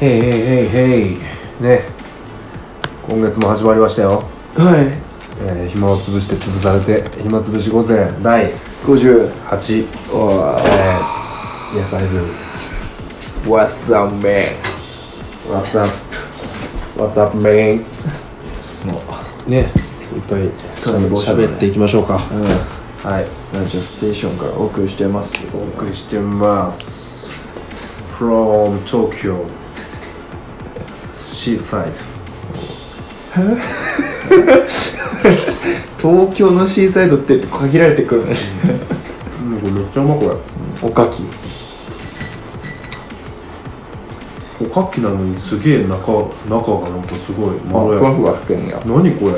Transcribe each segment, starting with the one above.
へいへいへいへいね今月も始まりましたよ、はえー、暇を潰して潰されて暇潰し午前第い50 8おーです野菜分 What's up man What's up What's up man もねいっぱいしゃべしゃべっていきましょうかううんはいラジオステーションからお送りしてますおお送りしてます From Tokyo Seaside 東京のシーサイドって限られてくるねうんこれめっちゃうまいこおかきれおかきなのにすげえ中中がなんかすごいあふまろわやふわしてんやか何これ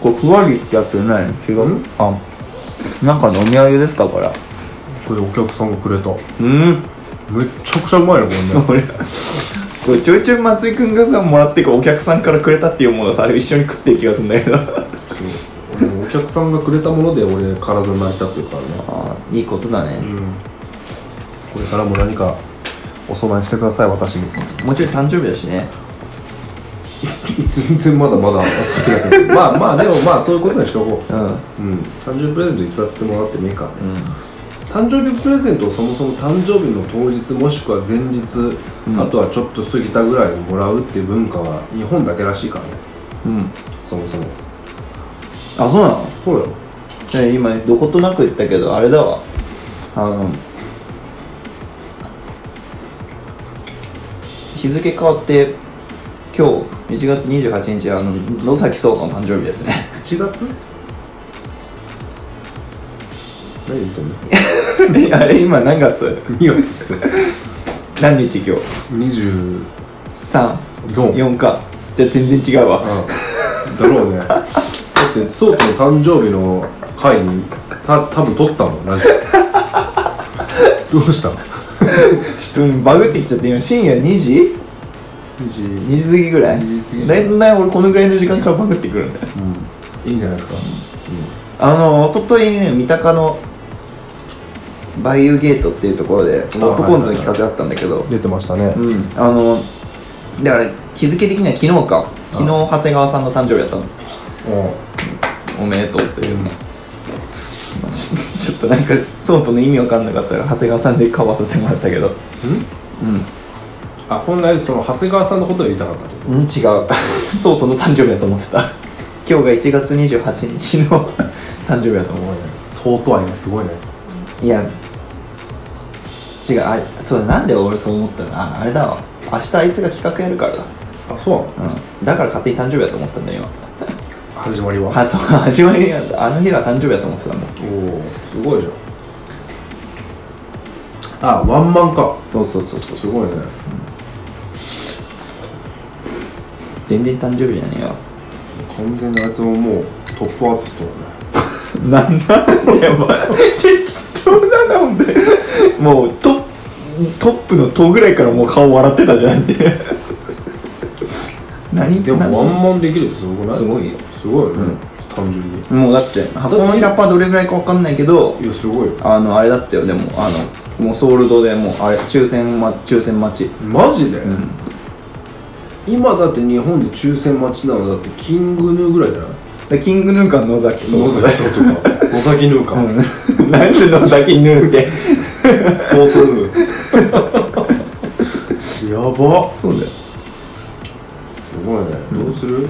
これふわりってやってないの違うあなんか飲み上げですかこれこれお客さんがくれたうんめっちゃくちゃうまいねこれね俺これちょいちょい松井くんがさもらってお客さんからくれたっていうものをさ一緒に食ってる気がするんだけど うんお客さんがくれたもので俺体成り立ってるからねああいいことだね、これからも何かお供えしてください私にもうちょい誕生日だしね全然まだまだ先だけど まあまあでもまあそういうことにしとこうんううん誕生日プレゼントいつだってもらってもいいからね、うん誕生日プレゼントをそもそも誕生日の当日もしくは前日、うんあとはちょっと過ぎたぐらいにもらうっていう文化は日本だけらしいからねうんそもそもあそうなのほらね今どことなく言ったけどあれだわあの日付変わって今日1月28日あの野崎壮の誕生日ですね 7月何言ってんのえあれ今何月 ?2 月っすよ何日今日24 34かじゃあ全然違うわだろうねだってそうとの誕生日の回にた多分撮ったもんラジオどうしたのちょっとバグってきちゃって今深夜2時 ?2 時うん ?2 時過ぎぐらい2時過ぎだいたい俺このぐらいの時間からバグってくるんだよいいんじゃないですかあの一昨日ね三鷹のバイユゲートっていうところでポップコーンズの企画だったんだけど出てましたねうんあのだから日付的には昨日か昨日長谷川さんの誕生日だったんですおめでとうっていうねまあち ちょっとなんかそうとの意味わかんなかったら長谷川さんで買わせてもらったけどあ本来その長谷川さんのことを言いたかったとうん違う そうとの誕生日だと思ってた今日が1月28日の 誕生日だと思う相当愛がすごいねいや違うあそうだなんで俺そう思ったのああれだわ明日あいつが企画やるからだあそうなのうんだから勝手に誕生日だと思ったんだよ始まりは今あそう始まりがあの日が誕生日だと思ってたんだおおすごいじゃんあワンマンかそうそうそうそうすごいね全然誕生日じゃねえよ 完全にあいつももうトップアーティストだなんねなんだよお前適当だなほんでもうトップトップの「と」ぐらいからもう顔笑ってたじゃんって 何でもワ何ンマンできるってすごくないすごいよすごいよね、単純にもうだって箱のキャッパどれぐらいかわかんないけどいやすごいよあのあれだったよでもあのもうソールドでもうあれ抽選ま抽選待ちマジで、今だって日本で抽選待ちなのだってキングヌーぐらいじゃないでキングヌーか野崎そう野崎そうとか野崎ヌーか、うん なんで野崎ヌーってそうする やばそうだよすごいねどうする、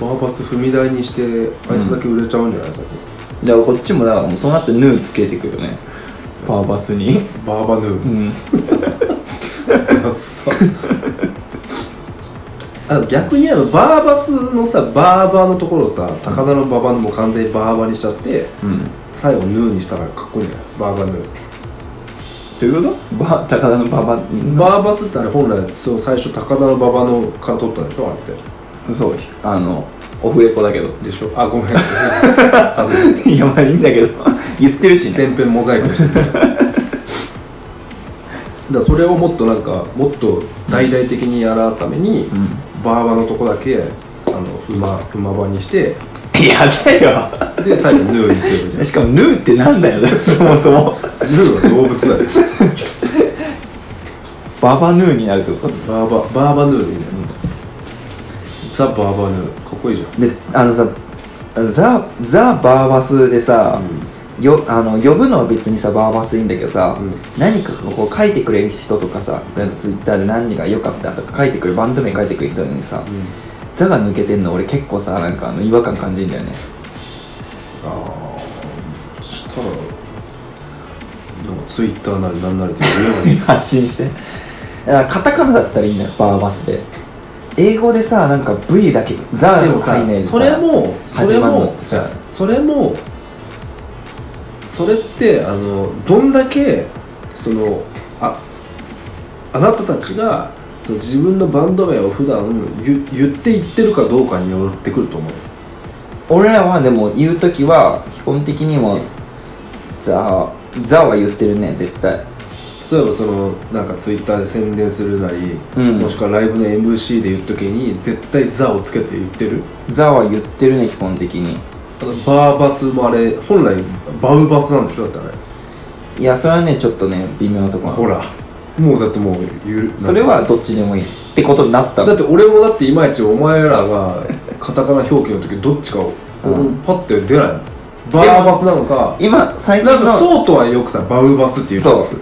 バーバス踏み台にしてあいつだけ売れちゃうんじゃない、だってだからこっちもだからもうそうなってヌーつけてくよねパーバスにバーバヌうーんダッサ あの逆にあのバーバスのさバーバーのところをさ高田のババのも完全にバーバーにしちゃってうん最後ヌーにしたらかっこいいんじゃないバーバーヌーということバ高田のババにバーバスってあれ本来そう最初高田の馬場のから取ったんでしょあれってそうあのオフレコだけどでしょあごめ んサブで すいやまあいいんだけど 言ってるしね全編モ ザイクしてるだからそれをもっとなんかもっと大々的に表すために、んバーバのとこだけあの馬馬場にしていやだで最後ヌーにすればいいじゃよしかもヌーってなんだよそもそもんヌーは動物だよババヌーになるってことバーババーバヌーいいね、ザ・バーバヌーかっこいいじゃんであのさザ・ザ・バーバスでさ、よあの呼ぶのは別にさバーバスいいんだけどさ、うん何かこう書いてくれる人とかさツイッターで何が良かったとか書いてくれるバンド名書いてくれる人にさ、ザが抜けてんの俺結構さなんかあの違和感感じるんだよねああそしたらなんかツイッターなりなんなりとか言えばいい発信してだからカタカナだったらいいんだよバーバスで英語でさなんか V だけザーでものサさイネージさそれもそ始れまるのっもてさそれもそれってあのどんだけそのああなたたちがその自分のバンド名を普段言言っていってるかどうかによってくると思うよ俺らはでも言う時は基本的にもザーザーは言ってるね絶対例えばそのなんかツイッターで宣伝するなり、うんもしくはライブの MC で言うときに絶対「ザ」をつけて言ってるザーは言ってるね基本的にあのバーバスもあれ本来バウバスなんでしょだってあれいやそれはねちょっとね微妙なとこほらもうだってもうゆるそれはどっちでもいいってことになったのだって俺もだっていまいちお前らがカタカナ表記の時どっちかを、うんパッて出ないのバーバスなのか今最近なんかのそうとはよくさバウバスっていうじゃんそう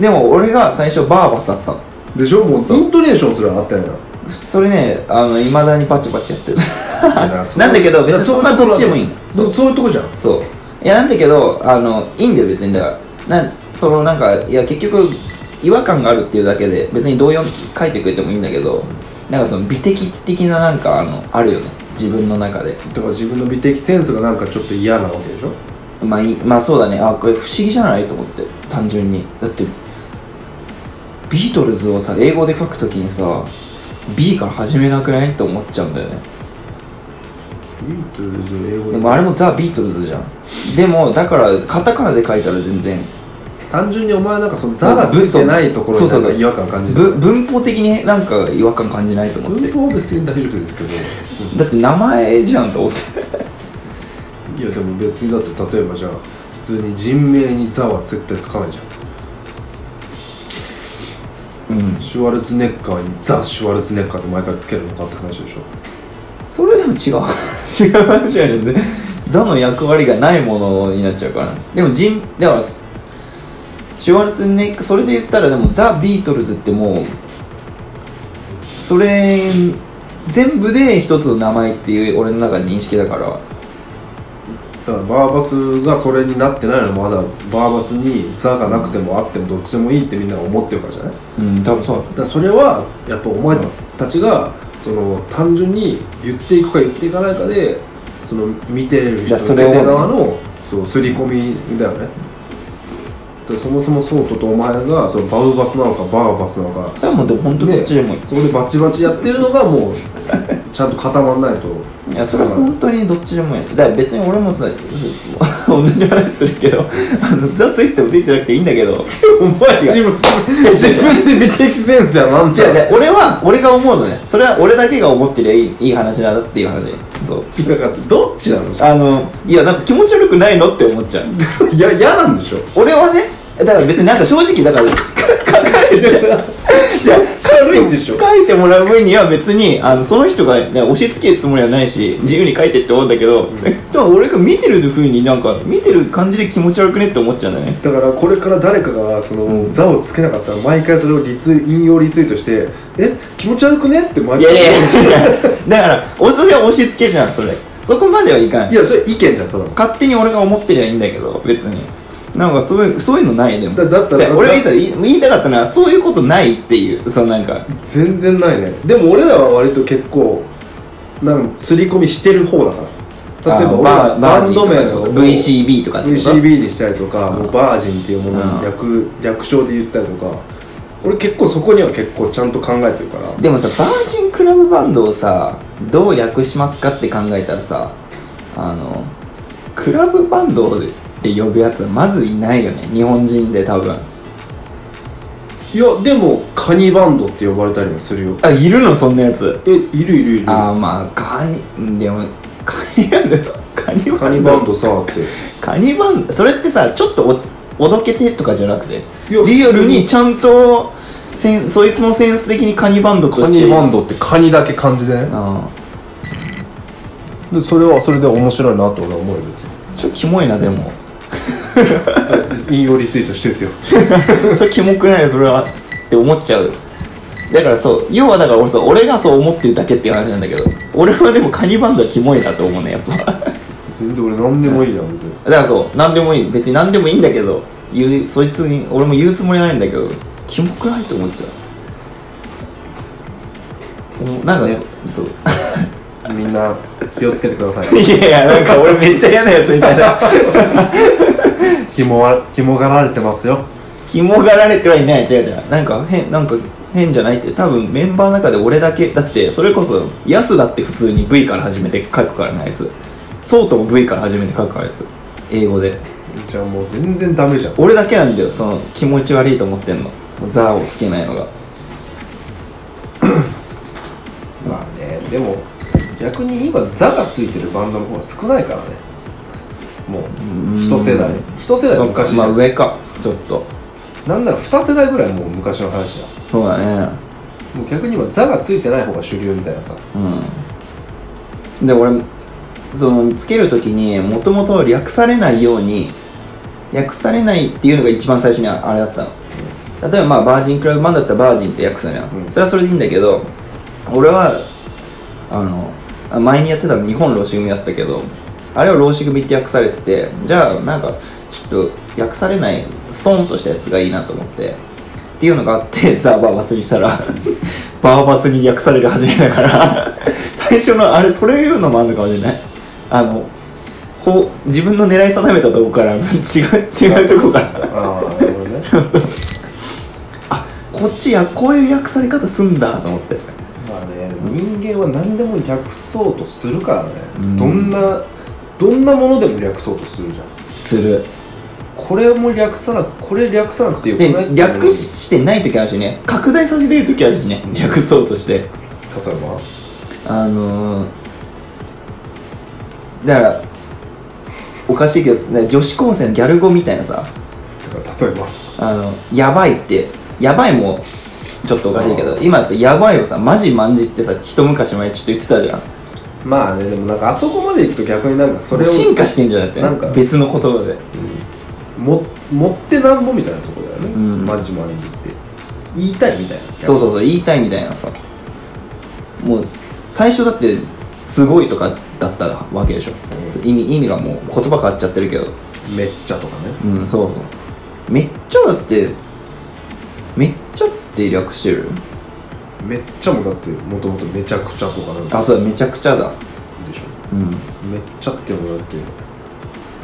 でも俺が最初バーバスだったのでしょもうイントネーションすら合ってないなそれねあの未だにパチパチやってる いやそうなんだけど別にいやういうそこはどっちでもいいとこなんだそようそうそういうとこじゃんそういやなんだけどあのいいんだよ別にだからなんそのなんかいや結局違和感があるっていうだけで別に同様に書いてくれてもいいんだけどなんかその美的的ななんかあのあるよね自分の中でだから自分の美的センスがなんかちょっと嫌なわけでしょまあいいまあそうだねあこれ不思議じゃないと思って単純にだってビートルズをさ英語で書くときにさ B から始めなくないと思っちゃうんだよねビートルズ英語でもあれもザ・ビートルズじゃんでもだからカタカナで書いたら全然単純にお前なんかその「ザ」がついてないところになんか違和感感じるぶ文法的になんか違和感感じないと思って文法は別に大丈夫ですけだどって名前じゃんと思っていやでも別にだって例えばじゃあ普通に人名に「ザ」は絶対つかないじゃんうんシュワルツェネッカーに「ザ・シュワルツェネッカー」って毎回つけるのかって話でしょそれでも違う 違う話やねんザの役割がないものになっちゃうからでも人だからシュワルツェネックそれで言ったらでもザ・ビートルズってもうそれ全部で一つの名前っていう俺の中の認識だからだからバーバスがそれになってないのはまだバーバスに「ザ」がなくてもあってもどっちでもいいってみんなが思ってるからじゃないだかうん多分そうらそれはやっぱお前たちがその単純に言っていくか言っていかないかでその見てるい人やそ受れけを手側のそう刷り込みだよねだからそもそもソートとお前がそのバウバスなのかバーバスなのかそれはもうでも本当にどっちでもいい、そこでバチバチやってるのがもうちゃんと固まんないといやそれは本当にどっちでもいいだから別に俺もさそう 同じ話するけどあのザついてもついてなくていいんだけどお前違分自分で美的センスやなん違うね、俺は俺が思うのねそれは俺だけが思ってりゃいいいい話なんだっていう話そうだからどっちなのあのいやなんか気持ち悪くないのって思っ ちゃういや嫌なん でしょ俺はねだから別になんか正直だからか書かれちゃうじゃあ軽いんでしょ書いてもらう分には別にあのその人が、ね、押し付けるつもりはないし自由に書いてって思うんだけど、でも俺が見てるふうになんか見てる感じで気持ち悪くねって思っちゃうんだよねだからこれから誰かがその「座」をつけなかったら毎回それをリツイ引用リツイートして「え気持ち悪くね?」って毎回いやいやいや だからおそれは押し付けじゃんそれそこまではいかないいやそれ意見じゃんただの勝手に俺が思ってりゃいいんだけど別になんかそういうそういうのないでもだだったらじゃあだ俺が言いたい言いたかったのはそういうことないっていうそのなんか全然ないねでも俺らは割と結構なんか刷り込みしてる方だから例えばあ俺らバーバーバジンンとドか名ってことの VCB とかってこと VCB にしたりとかもうバージンっていうものうにん略略称で言ったりとか俺結構そこには結構ちゃんと考えてるからでもさバージンクラブバンドをさどう略しますかって考えたらさあのクラブバンドで呼ぶやつはまずいないよね日本人で多分いやでもカニバンドって呼ばれたりもするよあいるのそんなやつえいるいるいるあーまあカニでもカニバンドカニカニバンドさってカニバンそれってさちょっとおおどけてとかじゃなくていやリアルにちゃんとセンそいつのセンス的にカニバンドとカしてニバンドってカニだけ感じでねあでそれはそれで面白いなと俺は思うよ別にーちょっとキモいなでも 引用リツイートしててよそれキモくないよそれはって思っちゃうだからそう要はだから俺そう俺がそう思ってるだけっていう話なんだけど俺はでもカニバンドはキモいなと思うねやっぱ だか全然俺何でもいいじゃん別にらそう何でもいい別に何でもいいんだけど言うそいつに俺も言うつもりはないんだけどキモくないと思っちゃううんなんかねねそうみんな気をつけてくださ いいやいや、なんか俺めっちゃ嫌なやつみたいな。肝は肝がられてますよ紐がられてはいない。違う違う。なんか変、なんか変じゃないって。多分メンバーの中で俺だけ。だって、それこそ、ヤスだって普通に V から始めて書くからな、あいつ。ソートも V から始めて書くから、あいつ。英語で。じゃあもう全然ダメじゃん俺だけなんだよ、その気持ち悪いと思ってんの。そのザーをつけないのが。まあねでも逆に今「ザ」がついてるバンドの方が少ないからねもう一世代一世代は昔じまゃあん上か。ちょっと。なんなら二世代ぐらいもう昔の話だそうだね。もう逆に今「ザ」がついてない方が主流みたいなさうん、で俺そのつけるときにもともと略されないように略されないっていうのが一番最初にああれだったの例えばまあバージンクラブマンだったらバージンって略すのよ、うんそれはそれでいいんだけど俺はあのあ前にやってた日本老子組だったけどあれは老子組って訳されててじゃあなんかちょっと訳されないストーンとしたやつがいいなと思ってっていうのがあって ザ・バーバスにしたらバーバスに訳される始めだから 最初のあれそれ言うのもあるのかもしれないあのほう自分の狙い定めたとこから違う 違うとこからああなるほどね こっちやこういう訳され方すんだと思ってまあね人間は何でも略そうとするからね、うんどんなどんなものでも略そうとするじゃんするこれも略さなこれ略さなくてよくでない略してない時あるしね拡大させてる時あるしね略そうとして例えばあのー、だからおかしいけど、ね、女子高生のギャル語みたいなさだから例えばあのやばいってやばいもちょっとおかしいけど今だってやばいをさマジマンジってさ一昔前ちょっと言ってたじゃんまあねでもなんかあそこまでいくと逆になんかそれを進化してんじゃなくてなんか別の言葉でも持ってなんぼみたいなところだよね、うんマジマジって言いたいみたいなそうそうそう言いたいみたいなさもうす最初だってすごいとかだったわけでしょ、意味意味がもう言葉変わっちゃってるけどめっちゃとかねうんそうめっちゃだってめっちゃって略してるめっちゃもだってもともとめちゃくちゃとかなんかあそうだめちゃくちゃだでしょうんめっちゃってもだって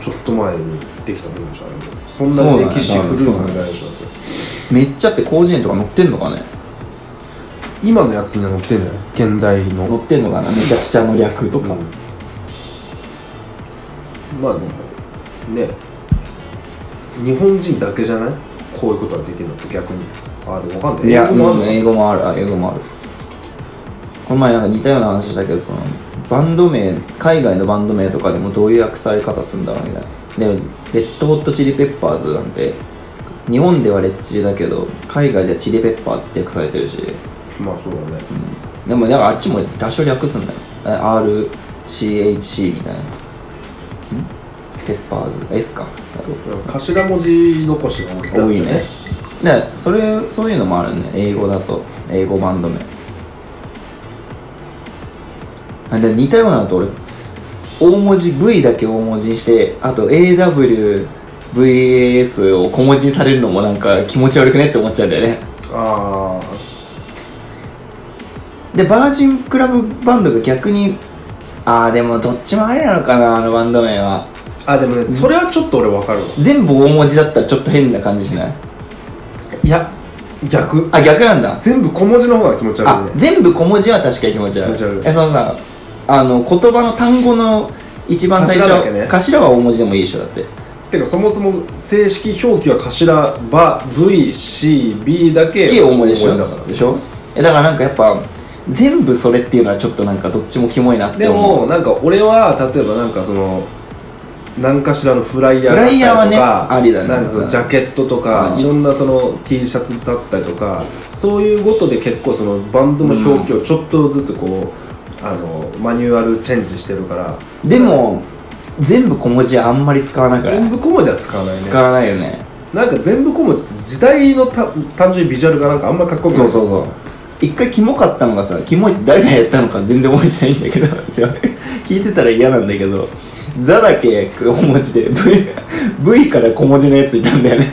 ちょっと前にできたもんでしょあれもそんなに歴史古いもんじゃないでしょだってめっちゃって広辞苑とか載ってんのかね今のやつには載ってんじゃない現代の載ってんのかなめちゃくちゃの略とか、まあでもね日本人だけじゃないこういうことができるのって逆にあでもわかんないいや英語もあんのうん英語もあるあ英語もあるこの前なんか似たような話したけどそのバンド名海外のバンド名とかでもどういう訳され方するんだろうみたいなでレッドホットチリペッパーズなんて日本ではレッチリだけど海外じゃチリペッパーズって訳されてるし、まあそうだねうん、でもなんかあっちも多少略すんだよあ RCHC みたいなんペッパーズ S か頭文字残しが多い多いねでそれそういうのもあるね英語だと英語バンド名あで似たようなのと俺大文字 V だけ大文字にしてあと AWVAS を小文字にされるのもなんか気持ち悪くねって思っちゃうんだよねあでバージンクラブバンドが逆にああでもどっちもあれなのかなあのバンド名はああでもねそれはちょっと俺わかるわ全部大文字だったらちょっと変な感じしないいや逆あ逆なんだ全部小文字の方が気持ち悪いあね全部小文字は確かに気持ち気悪い持ち悪いえそのさあの言葉の単語の一番最初頭だけね頭は大文字でもいいでしょだっててかそもそも正式表記は頭ば VCB だけ大文字でし大だからょでしょえだからなんかやっぱ全部それっていうのはちょっとなんかどっちもキモいなってで思うもなんか俺は例えばなんかその何かしらのフライヤーフだっラたりイとヤーはねかありだねなんかそのジャケットとか、うんいろんなその T シャツだったりとかそういうごとで結構そのバンドの表記をちょっとずつこう、あのマニュアルチェンジしてるからでも全部小文字あんまり使わないから全部小文字は使わないね使わないよねなんか全部小文字って時代のた単純にビジュアルがなんかあんまりかっこよくそないうそうそう一回キモかったのがさキモいって誰がやったのか全然覚えてないんだけど 違う聞いてたら嫌なんだけど「ザ」だけ小文字で v, v から小文字のやついたんだよね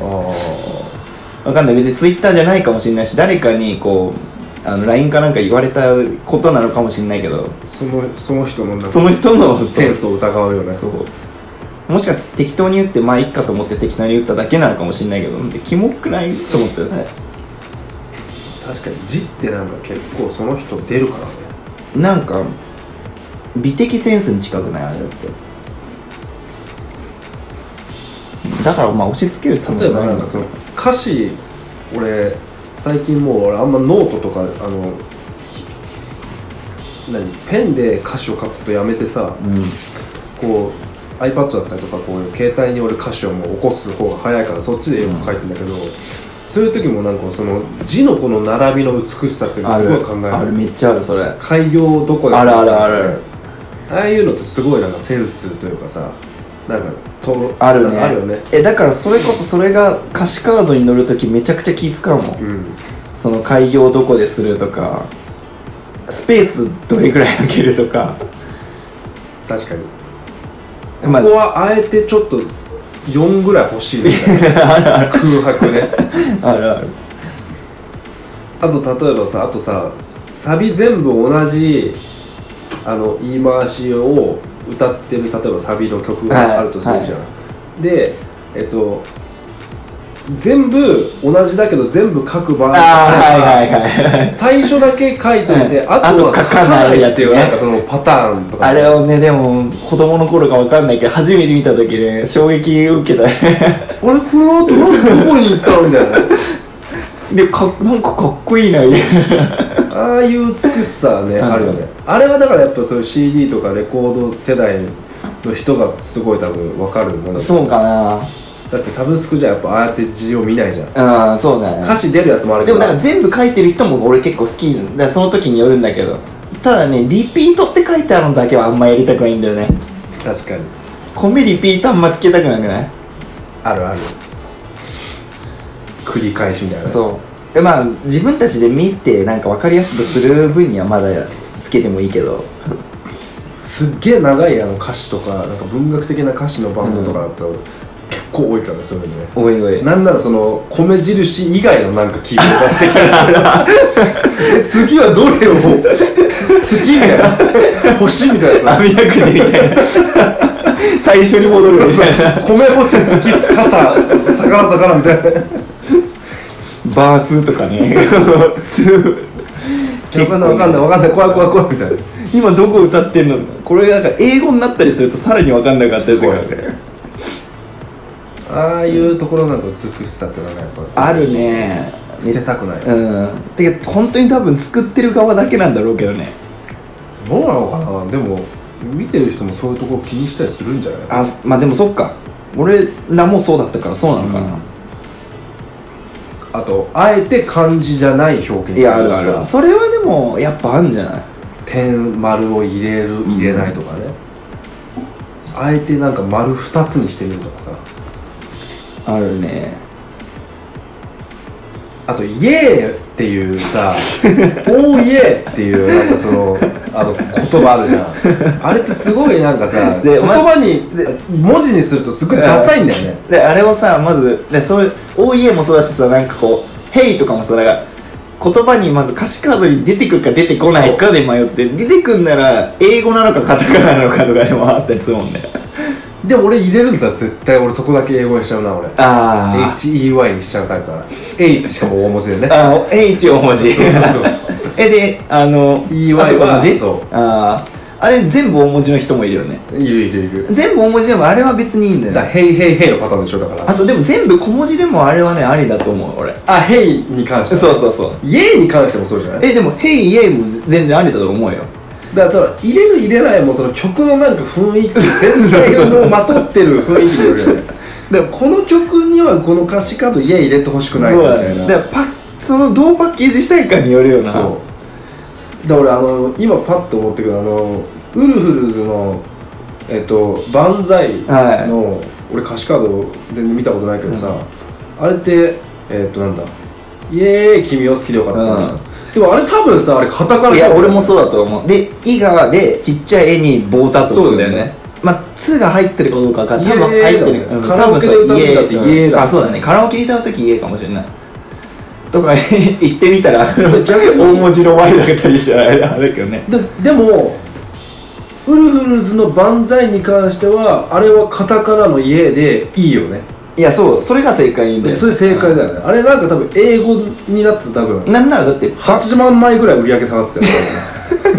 あわかんない別にツイッターじゃないかもしれないし誰かにこうあの LINE かなんか言われたことなのかもしれないけどーそのその人のなんそかの人のセンスを疑うよねそうもしかして適当に打ってまあいっかと思って適当に打っただけなのかもしれないけどでキモくないと思ってね確かに字ってなんか結構その人出るからねなんか美的センスに近くないあれだってだからまあ押し付けるつも例えりはばないなんだんけかどその歌詞俺最近もう俺あんまノートとかあのひ何ペンで歌詞を書くことやめてさうんこう iPad だったりとかこう携帯に俺歌詞をもう起こす方が早いからそっちでよく書いてんだけど、そういう時もなんかその字のこの並びの美しさっていうのあすごいる考えあるるめっちゃあるそれあ開業どこでるあるあるあるああいうのってすごいなんかセンスというかさなんかとあるなんねかあるよねえだからそれこそそれが歌詞カードに乗るときめちゃくちゃ気使うもんうんその開業どこでするとかスペースどれぐらい空けるとか確かにまあ ここはあえてちょっと4ぐらい欲しいみ たいな空白ねあるあるあと例えばさあとさサビ全部同じあの言い回しを歌ってる例えばサビの曲があるとするじゃん、でえっと全部同じだけど全部書く場合があああるからはいはいはいはい最初だけ書いといて、はいあとはあと書書かかなないいやっつてねいうなんかそのパターンとかあれをねでも子供の頃かわかんないけど初めて見た時ね衝撃受けた ねあれこの後なんでどこに行ったみたいなでかなんかかっこいいなみたいなああいう美しさはねんあるよねあれはだからやっぱそういう CD とかレコード世代の人がすごい多分分かるものそうかだってサブスクじゃやっぱああやって字を見ないじゃんなうんそうだね歌詞出るやつもあるけでどもなんか全部書いてる人も俺結構好きだからその時によるんだけどただねリピートって書いてあるのだけはあんまやりたくないんだよね確かに米リピートあんまつけたくなくないあるある繰り返しみたいなねそうでまあ自分たちで見てなんか分かりやすくする分にはまだつけてもいいけどすっげえ長いあの歌詞とかなんか文学的な歌詞のバンドとかだったら結構多いからねそういうのねおいおいなんならその米印以外のなんかキーワード出してきたら次はどれをつ月みたいな星みたいなさ網だくじみたいな 最初に戻るみたいな米星月傘魚魚みたいな バースとかねやばいな分かんない分かんない怖い怖い怖いみたいな今どこ歌ってんのとかこれなんか英語になったりするとさらに分かんなかったりするからすごいねああいうところなんか美しさっていうのはやっぱあるね捨てたくないうんてか本当に多分作ってる側だけなんだろうけどねどうなのかなでも見てる人もそういうところ気にしたりするんじゃないあすまあでもそっか俺らもそうだったからそうなのかな、あとあえて漢字じゃない表現いやあるあるそれはでもやっぱあんじゃない点丸を入れる入れないとかね、あえてなんか丸2つにしてみるとかさあるねあと「イエー!」ってい うさ「おーイエー!」っていうなんかそのあの言葉あるじゃんあれってすごいなんかさで言葉に文字にするとすごいダサいんだよね であれをさまずでそう OEA もそうだしさなんかこう「ヘイ」とかもさだから言葉にまず歌詞カードに出てくるか出てこないかで迷って出てくんなら英語なのかカタカナなのかとかでもあったりするもんねでも俺入れるんだったら絶対俺そこだけ英語にしちゃうな俺あ HEY にしちゃうタイプだな H しかも大文字でねあ H 大文字そうそうそう えであの EY あと小文字はそうあああれ全部大文字の人もいるよねいるいるいる全部大文字でもあれは別にいいんだよだからね「ヘイヘイヘイ」のパターンでしょだからあそうでも全部小文字でもあれはねありだと思う俺あヘイに関してはそうそうそうイエーに関してもそうじゃないえでも「ヘイイエイ」も全然ありだと思うよだからその入れる入れないもその曲のなんか雰囲気全体がもう勝ってる雰囲気でよね でもこの曲にはこの歌詞カード家入れてほしくないそうみだたいねなだからパッそのどうパッケージしたいかによるよなそうだから俺あの今パッと思ったけどあのウルフルズのえっと「バンザイ」はの俺歌詞カード全然見たことないけどさ、あれってえっとなんだ「イエーイ君を好きでよかった」うんでもあれ多分さあれカタカナいいでや俺もそうだと思うで「イ」がでちっちゃい「絵に棒立つんだよそうだよねねまあ「つ」が入ってるかどうかが多分イエーイ入ってるだねうんカラオケで歌う時だって多分そうイエーイだあそうだねカラオケで歌う時「イエーイ」かもしれないとか言ってみたら逆に大文字の「Y」だったりしてあれだけどねででもウルフルズの「万歳」に関してはあれはカタカナの「家」でいいよねいやそうそれが正解でそれ正解だよね、あれなんか多分英語になってた多分なんならだって8万枚ぐらい売り上げ下がって た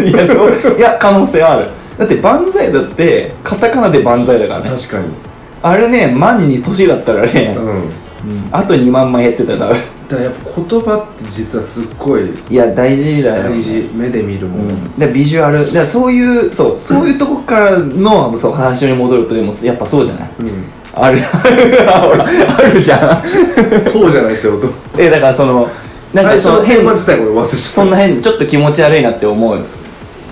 よいやそういや可能性はあるだって万歳だってカタカナで万歳だからね確かにあれね万に年だったらね、うんうんあと2万枚減ってたらだからやっぱ言葉って実はすっごいいや大事だよ大事目で見るもうの、ん、でビジュアルだからそういうそうそういうとこからのそう話に戻るとでもやっぱそうじゃないうん、ある ほらあるじゃんそうじゃないってことえだからその なんかその最初変のテーマ自体俺忘れちゃったそんな変ちょっと気持ち悪いなって思うっ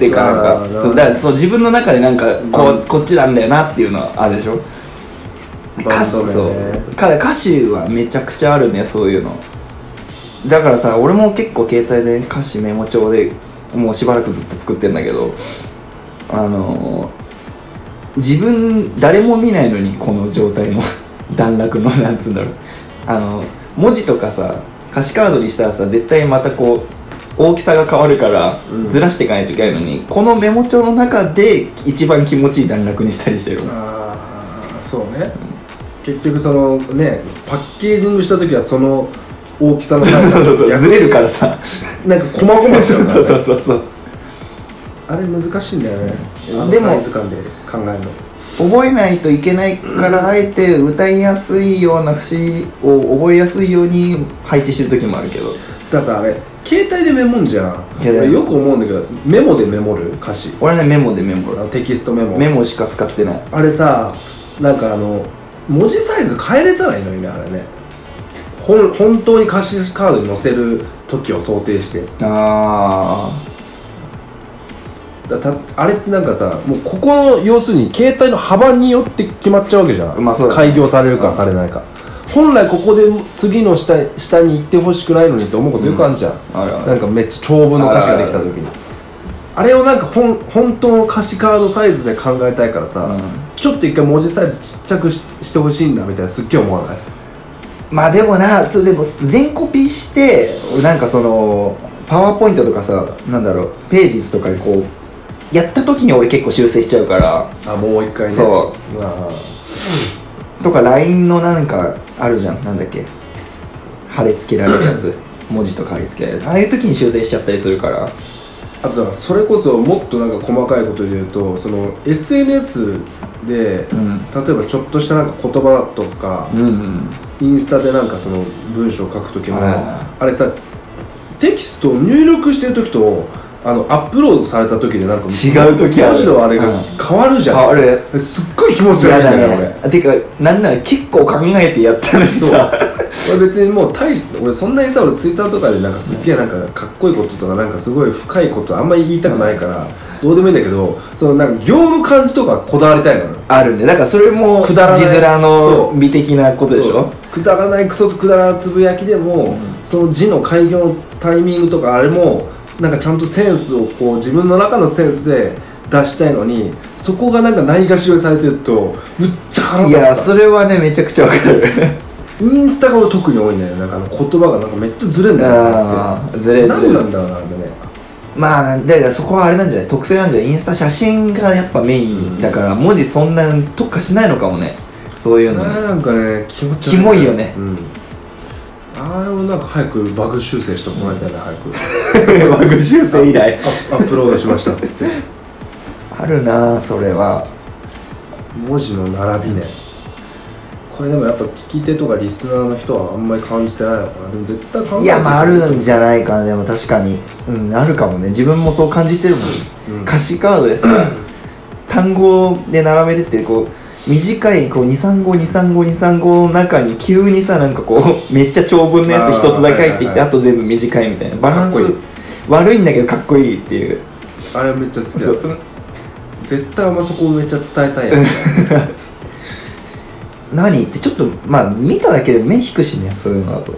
ていうかなあんーかそうだからそう自分の中でなんかこう、うんこっちなんだよなっていうのはあるでしょバ歌詞ンド名そねうか歌詞はめちゃくちゃあるねそういうのだからさ俺も結構携帯で歌詞メモ帳でもうしばらくずっと作ってんだけどあのー自分誰も見ないのにこの状態の 段落のなんつうんだろうあの文字とかさ歌詞カードにしたらさ絶対またこう大きさが変わるからうんずらしていかないといけないのに、このメモ帳の中で一番気持ちいい段落にしたりしてる ああそうね、結局そのねパッケージングした時はその大きさのなんかそうそうそうずれるからさなんか細々しちゃうそから、ね、うそうそうそうあれ難しいんだよねあのでもサイズ感で考えるの覚えないといけないからあえて歌いやすいような節を覚えやすいように配置してる時もあるけどだからさあれ携帯でメモんじゃん携帯俺よく思うんだけどメモでメモる歌詞俺はねメモでメあモのテキストメモメモしか使ってないあれさなんかあの文字サイズ変えれたらいいのにねあれねほん本当に歌詞カードに載せる時を想定してあだたあれってなんかさもうここの要するに携帯の幅によって決まっちゃうわけじゃん、まあそうだね開業されるうかんされないか、本来ここで次の下下に行ってほしくないのにって思うことよくあるじゃん、ああるあなんるかめっちゃ長文の歌詞ができた時にあれをなんか本本当の歌詞カードサイズで考えたいからさ、うんちょっと一回文字サイズちっちゃくししてほしいんだみたいなすっげえ思わないまあでもなそれでも全コピーしてなんかそのパワーポイントとかさなんだろうページズとかにこうやった時に俺結構修正しちゃうからあもう一回ねそうわあとか LINE のなんかあるじゃんなんだっけ貼り付けられるや つ文字とか貼り付けられるやつああいう時に修正しちゃったりするからあとなんかそれこそもっとなんか細かいことで言うとその SNS で、うん例えばちょっとしたなんか言葉とか、うんうんインスタでなんかその文章を書く時もああれさテキストを入力してる時とあのアップロードされた時でなんか違う時ある文字のあれがうん変わるじゃん、変わるすっごい気持ち悪い嫌んだよだね俺ねてかなんなら結構考えてやったのにさ俺別にもう大し俺そんなにさ俺ツイッターとかでなんかすっげえなんかかっこいいこととかなんかすごい深いことあんまり言いたくないからどうでもいいんだけどそのなんか行の感じとかこだわりたいのよあるねだからそれもくだらない字面そのう美的なことでしょそうくだらないクソくだらなつぶやきでも、その字の開業のタイミングとかあれもなんかちゃんとセンスをこう自分の中のセンスで出したいのにそこがなんかないがしろにされてるとむっちゃ腹い立つやさそれはねめちゃくちゃわかる インスタが俺特に多いんだよなんかあの言葉がなんかめっちゃずれんだよなあっあずてれず何れなんだろうなあれねまあだからそこはあれなんじゃない特性なんじゃないインスタ写真がやっぱメインだから文字そんな特化しないのかもねそういうのねなんかね気持ち悪キモいよねうんあれをなんか早くバグ修正してもらいたいな早 くバグ修正以来アップロードしましたっつってあるなあそれは文字の並びねこれでもやっぱ聞き手とかリスナーの人はあんまり感じてないのかなでも絶対感じいやまああるんじゃないかなでも確かにうんあるかもね自分もそう感じてるもん、うん歌詞カードでさ単語で並べてってこう短いこう235235の中に急にさなんかこうめっちゃ長文のやつ一つだけ入ってきてあ,、あーはいはいはいと全部短いみたいなバランスかっこいい悪いんだけどかっこいいっていうあれめっちゃ好きだそうよ絶対あんまそこをめっちゃ伝えたいやつ何ってちょっとまあ見ただけで目引くしねそういうのだと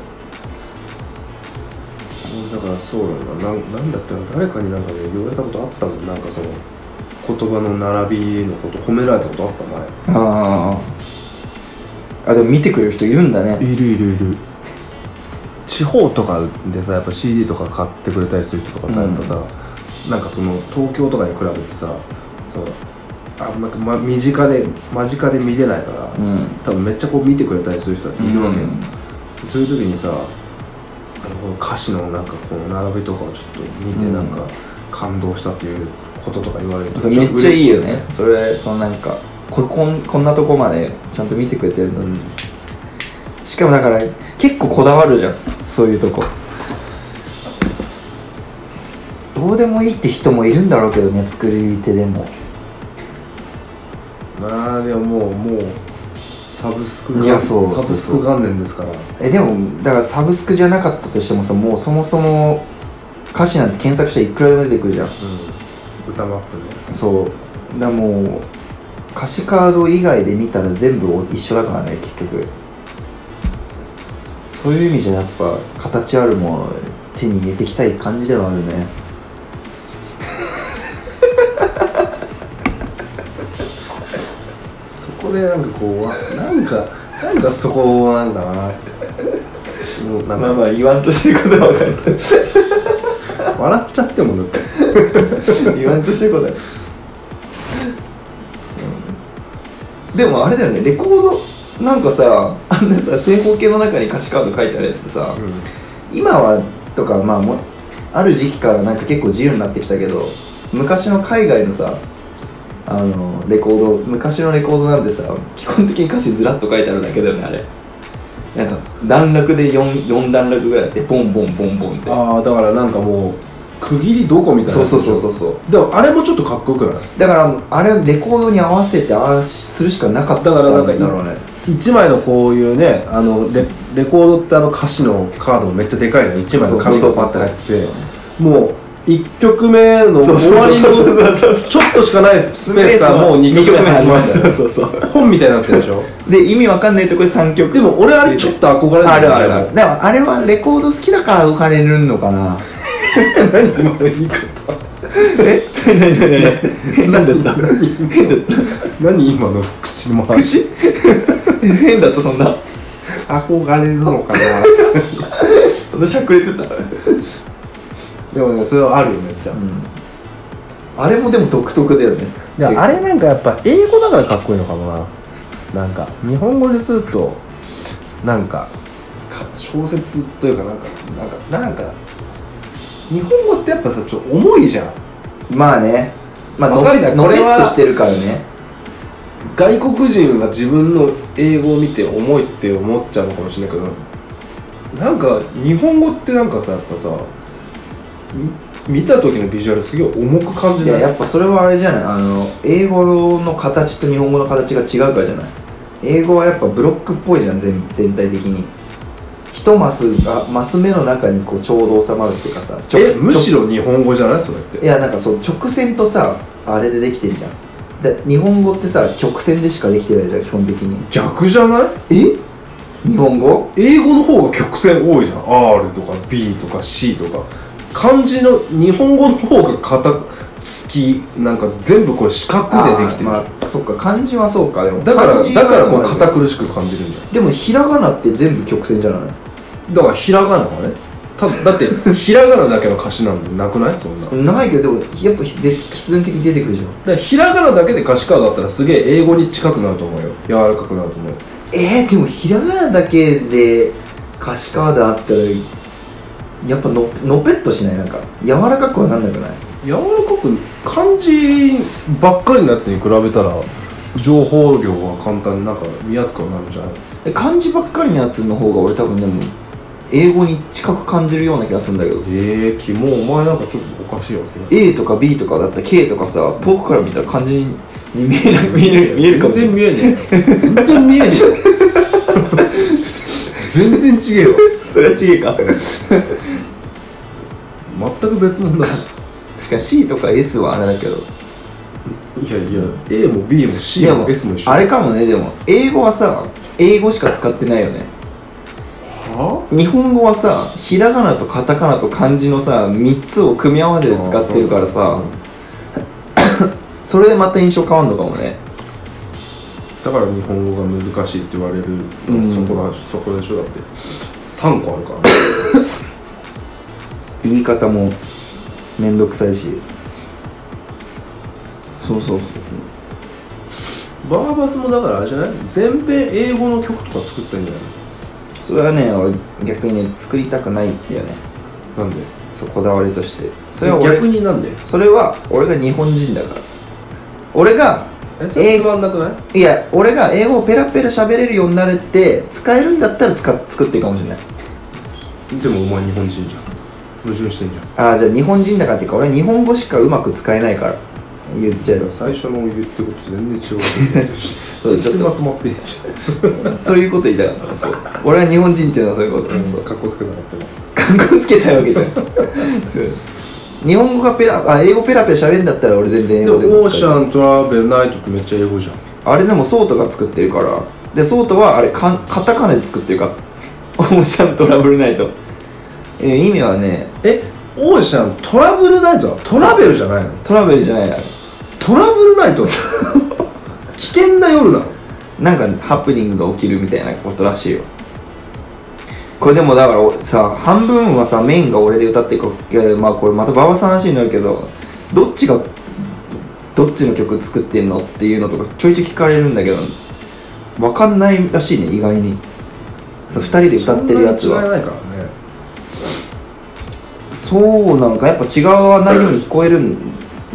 だからそうなんだななんだっけな誰かになんかね言われたことあったのなんかその言葉の並びのこと褒められたことあったあああでも見てくれる人いるんだね前いるいるいる地方とかでさやっぱ CD とか買ってくれたりする人とかさ、うんやっぱさなんかその東京とかに比べてさそうあんま、ま、身近で間近で見れないから、うん多分めっちゃこう見てくれたりする人だっているわけよ、うんそういう時にさあのこの歌詞のなんかこの並びとかをちょっと見てうんなんか感動したっていうこととか言われるとめっちゃいいよ嬉しねそれそのなんかここんこんなとこまでちゃんと見てくれてるの、うんしかもだから結構こだわるじゃんそういうとこどうでもいいって人もいるんだろうけどね作り手でもまあでももうもうサブスクがいやそうサブスク元年ですからえでもだからサブスクじゃなかったとしてもさもうそもそも歌詞なんて検索したらいくらでも出てくるじゃんうん歌マップそうだからもう歌詞カード以外で見たら全部一緒だからね結局そういう意味じゃやっぱ形あるものを手に入れていきたい感じではあるねでそこでなんかこうわなんかなんかそこなんだなもうなんかまあ言わんとしてることは分かるけ笑っちゃってもだってど言わんとしてることは、うん、でもあれだよねレコードなんかさあんなさ正方形の中に歌詞カード書いてあるやつってさ、今はとかまあもある時期からなんか結構自由になってきたけど昔の海外のさあのレコード昔のレコードなんてさ基本的に歌詞ずらっと書いてあるだけだよねあれなんか段落で 4, 四段落ぐらいあってボンボンボンボンってああだからなんかもう区切りどこみたいなそうそうそうそうそうでもあれもちょっとかっこよくないだからあれレコードに合わせてああするしかなかっただからなんかだろうね1枚のこういうねあのレレコードってあの歌詞のカードめっちゃでかいの1枚の紙そがうそパうッてそう入ってもう1曲目の終そうそうわそうりそうそうのそうそうちょっとしかないスペースからもう2曲目始まるそうそうそう本みたいになってるでしょで意味わかんないとこで3曲でも俺あれちょっと憧れるんだよあるあるああるでもあれはレコード好きだから浮かれるのかなれ何今の言い方 え何何何何だった何今の口の回し 変だったそんな憧れるのかなそんなしゃくれてた、でもねそれはあるよめっちゃあれもでも独特だよねであれなんかやっぱ英語だからかっこいいのかもななんか日本語にするとなんかか小説というかなんかなんかなんか日本語ってやっぱさちょっと重いじゃんまあねまあのわかるれなのこれれはっとしてるからね外国人が自分の英語を見て重いって思っちゃうのかもしれないけどなんか日本語ってなんかさやっぱさみ見た時のビジュアルすげえ重く感じいなやいやっぱそれはあれじゃないあの英語の形と日本語の形が違うからじゃない英語はやっぱブロックっぽいじゃん全全体的に一マスがマス目の中にこうちょうど収まるっていうかさちょえむしろ日本語じゃないそれっていやなんかそう直線とさあれでできてるじゃんで日本語ってさ曲線でしかできてないじゃん基本的に逆じゃないえ日本語英語の方が曲線多いじゃん R とか B とか C とか漢字の日本語の方が片付きなんか全部こう四角でできてる、あーまあそっか漢字はそうかでもだから漢字はだからこうでも堅苦しく感じるんじゃでもひらがなって全部曲線じゃないんだからひらがなはねただってひらがなだけの歌詞なんてなくないそんなだかないけどでもやっぱ必必然的に出てくるじゃんらひらがなだけで歌詞カードだったらすげえ英語に近くなると思うよ柔らかくなると思うよえー、でもひらがなだけで歌詞カードあったらやっぱののぺっとしないなんか柔らかくはなんなくない柔らかく漢字ばっかりのやつに比べたら情報量は簡単になんか見やすくはなるんじゃないえ漢字ばっかりのやつの方が俺多分でも英語に近く感じるような気がするんだけどええー、キモお前なんかちょっとおかしいよそれ A とか B とかだったら K とかさ遠くから見たら漢字に見えない見える見えるかもしれ全然ない見えねえよ全然見えねえよ全然違えよそれは違えか全く別なん だし確かに C とか S はあれだけどいやいや A も B も C でも S も一緒あれかもねでも英語はさ英語しか使ってないよねは日本語はさひらがなとカタカナと漢字のさ3つを組み合わせて使ってるからさそれでまた印象変わんのかもねだから日本語が難しいって言われるのはそこだ、そこでしょだって3個あるから、ね、言い方もめんどくさいしそうそうそうバーバスもだからあれじゃない全編英語の曲とか作ったんじゃそれはね俺逆にね作りたくないんだよねないなんでそうこだわりとしてそれは俺逆になんでそれは俺が日本人だから俺がえそれつまんなくないいや俺が英語をペラペラ喋れるようになれて使えるんだったら使っ作っていいかもしれないでもお前日本人じゃん矛盾してんじゃんああじゃあ日本人だからっていうか俺は日本語しかうまく使えないから言っちゃえば最初の言ってるこ と全然違うそうちょっと全然まとまってんじそういうこと言いたかったのそう俺は日本人っていうのはそういうこと、ゃんそうかっこつけなかったな観光つけたいわけじゃんそう日本語がペラあ英語ペラペラ喋るんだったら俺全然英で語でもオもーシ使えるャントラベルナイトってめっちゃ英語じゃんあれでもソートが作ってるからでソートはあれかんカタカナで作ってるからオーシャントラブルナイトえ意味はねえオーシャントラブルナイトだトラベルじゃないのトラベルじゃないなトラブルナイトなの 危険な夜なのなんかハプニングが起きるみたいなことらしいよこれでもだから俺さ半分はさメインが俺で歌ってこまあこれまた馬場さんの話になるけどどっちがどっちの曲作ってんのっていうのとかちょいちょい聞かれるんだけどわかんないらしいね意外にさ2人で歌ってるやつそんなはに違いないからねそうなんかやっぱ違わないように聞こえるん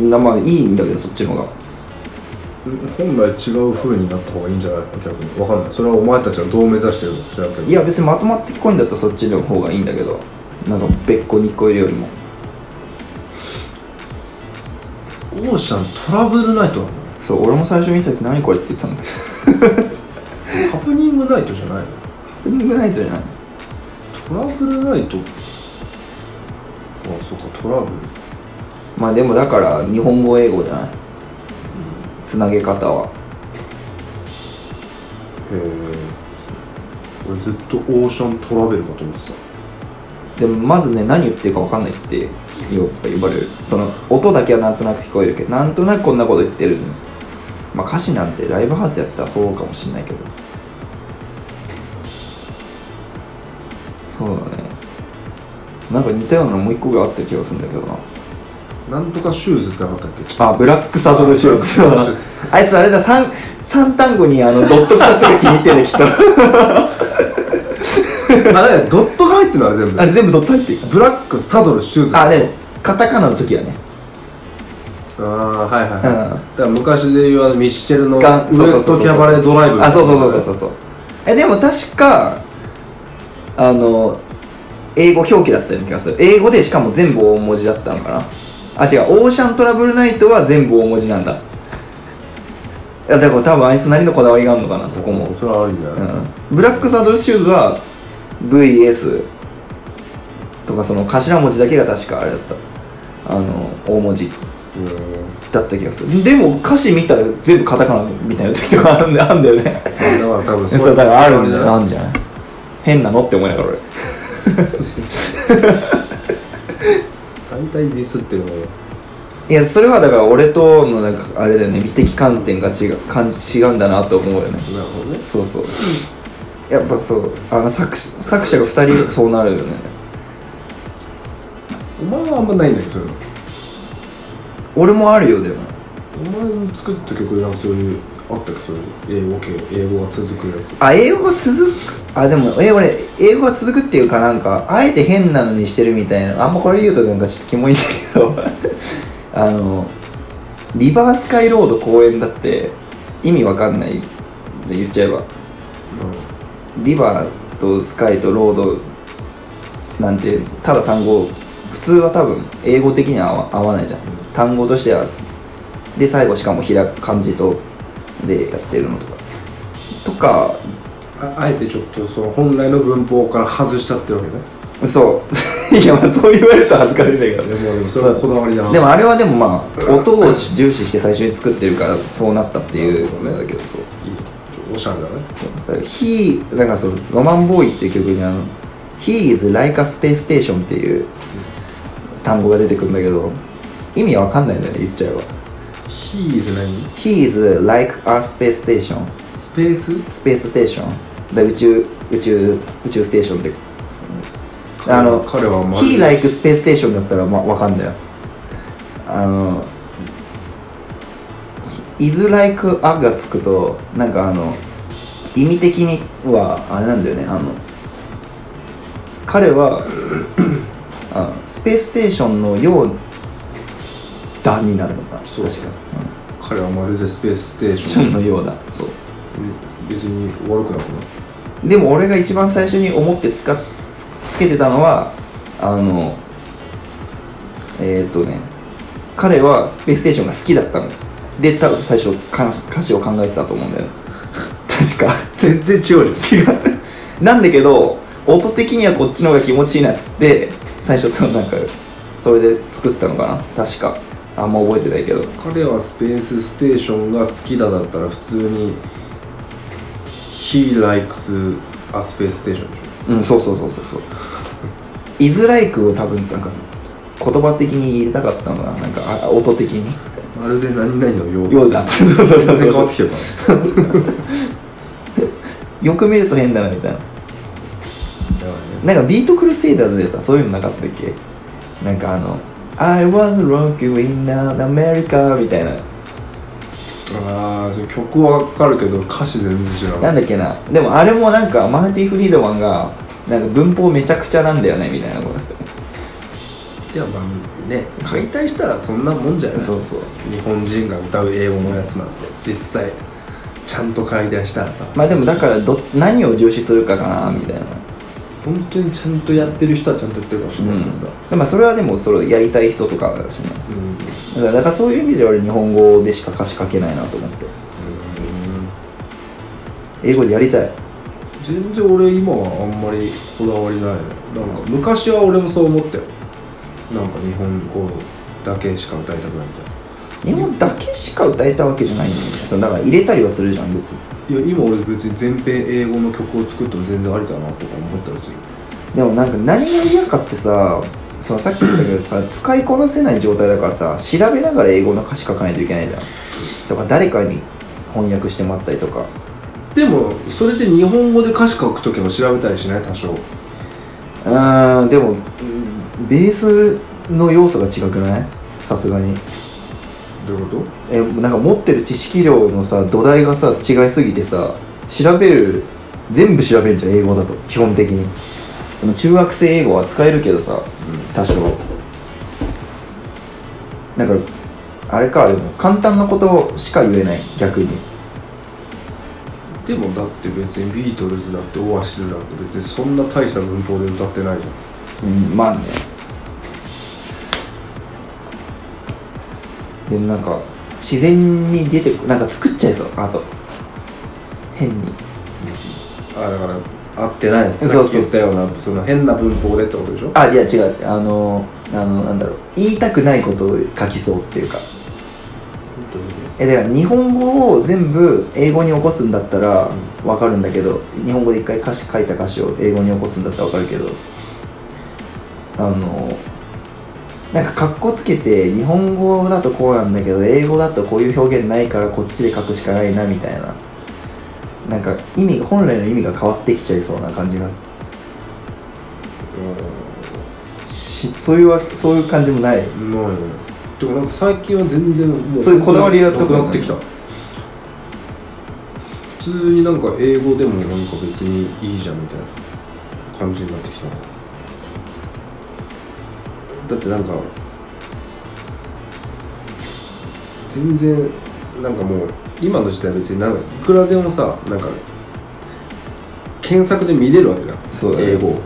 だまあいいんだけどそっちの方が本来違う風になった方がいいんじゃないの逆にわかんないそれはお前たちはどう目指してるのか知らんけどいや別にまとまって聞こえんだったらそっちの方がいいんだけどなんか別個に聞こえるよりもオーシャントラブルナイトなんだねそう俺も最初見た時何これって言ってたんだけどハプニングナイトじゃないのハプニングナイトじゃないトラブルナイトあそうかトラブルまあでもだから日本語英語じゃないつなげ方はへえ俺ずっとオーシャントラベルかと思ってたでもまずね何言ってるか分かんないってよく言われるその音だけはなんとなく聞こえるけどなんとなくこんなこと言ってるまあ歌詞なんてライブハウスやってたらそうかもしんないけどそうだねなんか似たようなのもう一個ぐらいあった気がするんだけどななんとかシューズってなかったっけあ、ブラックサドルシューズ。あいつあれだ、三、三単語にあ の、ドット二つが気に入ってんだ、きっと。 あれドットが入ってるのあれ全部あれ全部ドット入ってるかブラックサドルシューズら。あ、でも、カタカナの時はね。ああはいはい、うはいんだから昔でいうあのミッシェルのウエガンそうそうスそうそうトキャバレードライブあ、そうそうそうそうそうそう。え、でも確か、あの、英語表記だったような気がする。英語でしかも全部大文字だったのかな。あ、違う、オーシャントラブルナイトは全部大文字なんだ。いや、だから多分あいつなりのこだわりがあるのかな、そこも。それはあるんだよ、うんブラックサドルシューズは VS とかその頭文字だけが確かあれだったあの大文字うんだった気がするでも歌詞見たら全部カタカナみたいな時とかあるんだあんだよねだから多分そうだからあるんだよあんじゃない変なのって思いながら俺大体ディスってるのよいやそれはだから俺とのなんかあれだよね美的観点が違う感じ違うんだなと思うよねなるほどねそうそうやっぱそうあの作詞作者が2人そうなるよねお前はあんまないんだけどそういうの俺もあるよでもお前の作った曲でなんかそういうあったっけそういう英語系英語が続くやつあ英語が続くあでもえ俺英語が続くっていうかなんかあえて変なのにしてるみたいなあんまこれ言うとなんかちょっとキモいんだけど あのリバースカイロード公演だって意味わかんないじゃあ言っちゃえばリバーとスカイとロードなんてただ単語普通は多分英語的には合わ合わないじゃん、単語としてはで最後しかも開く漢字とでやってるのとかとかああえてちょっとその本来の文法から外しちゃってるわけねそう いやまあそう言われると恥ずかしいんだけどいやもうでもそれはこだわりだなでもあれはでもまあ音を重視して最初に作ってるからそうなったっていうのだけどそういいちょっとおしゃれだねだから「He」なんかその「ロマンボーイ」っていう曲にあの「He is like a space station」っていう単語が出てくるんだけど意味わかんないんだよね言っちゃえば He is 何「He is like a space station」スペーススペースステーションで宇宙宇宙宇宙ステーションってあの彼はま He like スペースステーションだったらまわかんだよあの is like a がつくとなんかあの意味的にはあれなんだよねあの彼はあのスペースステーションのようだになるのかなそう確か、うん彼はまるでスペースステースシテーョションンのようだそう別に悪くなくないでも俺が一番最初に思ってつかつつけてたのはあのえっ、とね彼はスペースステーションが好きだったので多分最初か歌詞を考えてたと思うんだよ確か全然違うよ違うなんだけど音的にはこっちの方が気持ちいいなっつって最初そのなんかそれで作ったのかな確かあんま覚えてないけど彼はスペースステーションが好きだだったら普通に He likes a space station でしうんそうそうそうそうそう「イズライク」を多分なんか言葉的に入れたかったのがなんかあ音的にょまるで何々のようようだそうそうそう全然変そわうってきてるかよく見ると変だなみたいならねやばいねなんかビートクルセイダーズでさそういうのなかったっけなんかあの「I was rocking in America」みたいなああ曲はわかるけど歌詞全然知らなないんだっけなでもあれもなんかマーティ・フリードマンがなんか文法めちゃくちゃなんだよねみたいなこといやまあね解体したらそんなもんじゃないそうそう日本人が歌う英語のやつなんて実際ちゃんと解体したらさまあでもだからど何を重視するかかなみたいな本当にちゃんとやってる人はちゃんとやってるかもしれないけどさ、うん、まあそれはでもそれをやりたい人とかだしねうだんからだからそういう意味では俺日本語でしか歌詞書けないなと思って英語でやりたい全然俺今はあんまりこだわりないねなんか昔は俺もそう思ったよなんか日本語だけしか歌いたくないみ日本だけしか歌えたわけじゃないんだよねそのだから入れたりはするじゃん別にたいないや今俺別に全編英語の曲を作っても全然ありだなとか思ったりするでもなんか何が嫌かってさそのさっきも言ったけどさ使いこなせない状態だからさ調べながら英語の歌詞書かないといけないじゃんとか誰かに翻訳してもらったりとかでもそれで日本語で歌詞書くときも調べたりしない多少うーんでもうんベースの要素が違くないさすがにどういうことえなんか持ってる知識量のさ土台がさ違いすぎてさ調べる全部調べるじゃん英語だと基本的にその中学生英語は使えるけどさ、多少なんかあれかでも簡単なことしか言えない逆にでもだって別にビートルズだってオアシスだって別にそんな大した文法で歌ってないじゃんうんまあねでもなんか自然に出てくなんか作っちゃいそうあと変にあだから合ってないですそうさっきそう言ったようなその変な文法でってことでしょあ、いや違う違う。あの、あの、なんだろう。言いたくないことを書きそうっていうか。え、だから日本語を全部英語に起こすんだったらわかるんだけど、日本語で一回歌詞書いた歌詞を英語に起こすんだったらわかるけど、あの、なんかカッコつけて日本語だとこうなんだけど英語だとこういう表現ないからこっちで書くしかないなみたいななんか意味本来の意味が変わってきちゃいそうな感じがしそういうわそういう感じもないうんないねてかなんか最近は全然もうそういうこだわりがなくなってきた普通になんか英語でもなんか別にいいじゃんみたいな感じになってきたなだってなんか全然なんかもう今の時代別になんかいくらでもさなんか検検索で見れるわけだそうだね英語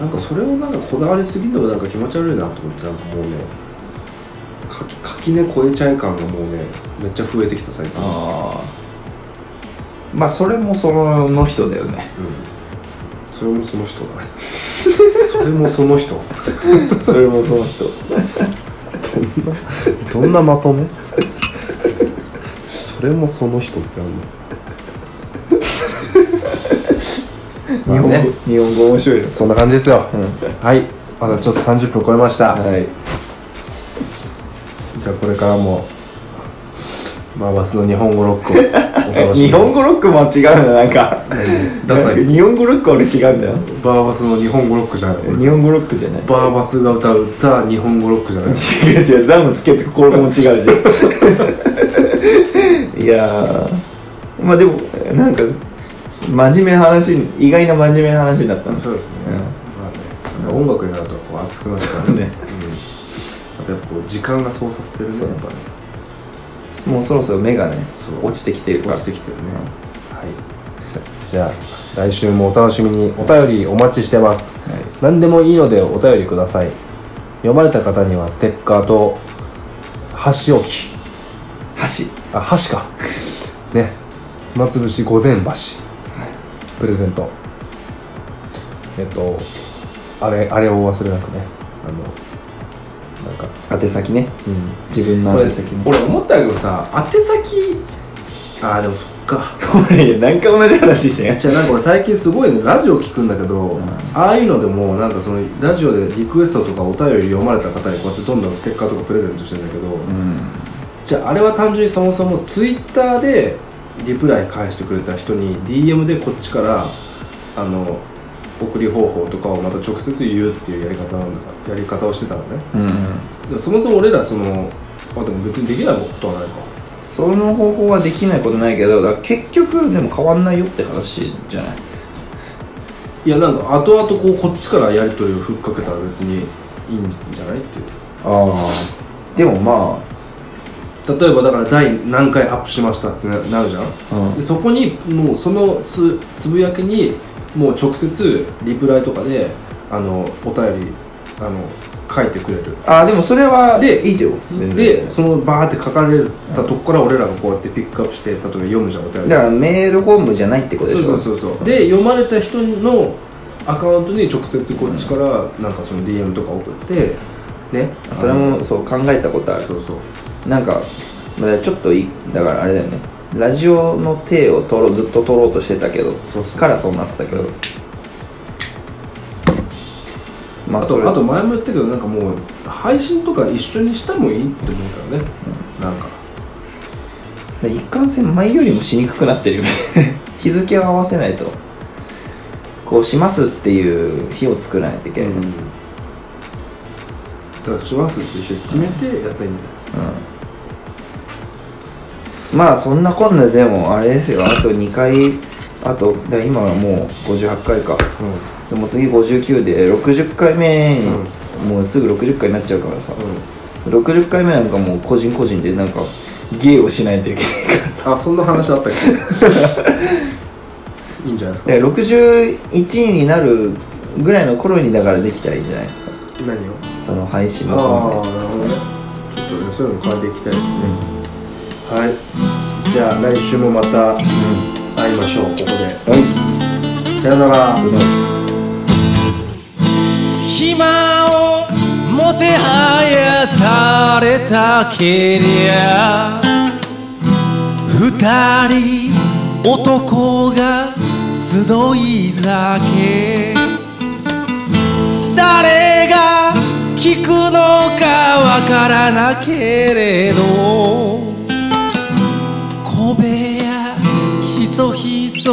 なんかそれをなんかこだわりすぎるのもなんか気持ち悪いなと思ってなんかもうね垣垣根超えちゃい感がもうねめっちゃ増えてきた最近ああまあそれもその人だよねそれもその人だねそれもその人 それもその人どんなまとめそれもその人ってあんの日本語日本語面白いよそんな感じですよ、んはいまだちょっと30分超えました、はいじゃあこれからもまあバスの日本語ロックをお楽しみに 日本語ロックも違うのなんかダサいなんか日本語ロックは俺違うんだよバーバスの日本語ロックじゃないこれ日本語ロックじゃないバーバスが歌うザ日本語ロックじゃない違う違うザムつけて心も違う じゃんいやーまあでもなんか真面目な話に意外な真面目な話になったんですそうですね、うんまあねなんか音楽になるとこう熱くなるからそうねうん、あとやっぱこう時間がそうさせてるねそやうっぱねもうそろそろ目がねそう落ちてきてるから落ちてきてるね、はいじゃあ来週もお楽しみにお便りお待ちしてますはい何でもいいのでお便りください読まれた方にはステッカーと箸置き箸あ箸かね暇つぶし御前箸プレゼントえっとあれあれを忘れなくねあのなんか宛先ねうん自分のこれ宛先ね俺思ったけどさ宛先あーでもそっか俺何回同じ話してんやじゃあなんか俺最近すごいねラジオ聞くんだけど、ああいうのでもなんかそのラジオでリクエストとかお便り読まれた方にこうやってどんどんステッカーとかプレゼントしてんだけど、じゃああれは単純にそもそもツイッターでリプライ返してくれた人に DM でこっちからあの送り方法とかをまた直接言うっていうやり方なんだからやり方をしてたのねうん、うんでもそもそも俺らそのあでも別にできないことはないかその方法はできないことないけどだから結局でも変わんないよって話じゃないいやなんか後々こうこっちからやり取りをふっかけたら別にいいんじゃないっていうああでもま例えばだから第何回アップしましたってななるじゃん、あ、うんでそこにもうそのつつぶやきにもう直接リプライとかであのお便りあの書いてくれるああでもそれはでいいよでそのバーって書かれたとこから俺らがこうやってピックアップして例えば読むじゃんお便りだからメールホームじゃないってことでしそょうそうそうそうで読まれた人のアカウントに直接こっちからなんかその DM とか送ってねそれもそう考えたことああのるそうそうなんかまあちょっといだからあれだよねラジオの手を取ろうずっと取ろうとしてたけどそうそうからそうなってたけどまああそれとあと前も言ったけどなんかもう配信とか一緒にしてもいいって思うからね、なんか一貫性前よりもしにくくなってるよね 日付を合わせないとこうしますっていう日を作らないといけない、うんだからしますって一緒に決めてやったらいいんじゃないまあそんなこんなでもあれですよあと2回あとだから今はもう58回かうんでも次59で60回目に、もうすぐ60回になっちゃうからさ、60回目なんかもう個人個人でなんか芸をしないといけないからあそんな話あ ったっけいいんじゃないですかで61位になるぐらいの頃にだからできたらいいんじゃないですか何をその配信もあ込あなるほどねちょっとねそういうの変えていきたいですね、はいじゃあ来週もまた会いましょうここでめてさよなら、はい暇をもてはやされたけりゃ二人男が集い酒誰が聞くのかわからなけれど小部屋ひそひそ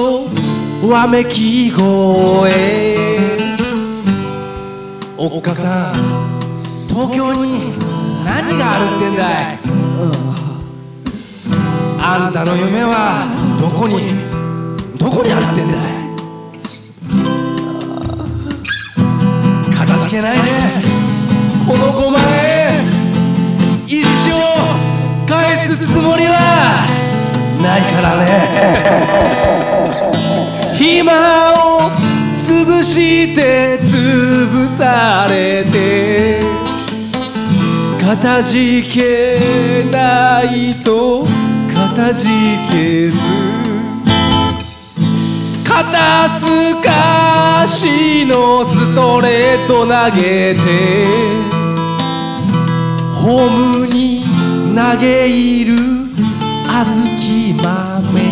わめき声おっかさん東京に何があるってんだい、うんあんたの夢はどこにどこにあるってんだいかたじけないねこの5万円一生返すつもりはないからね暇を潰して潰されてかたじけないとかたじけず肩すかしのストレート投げてホームに投げ入る小豆豆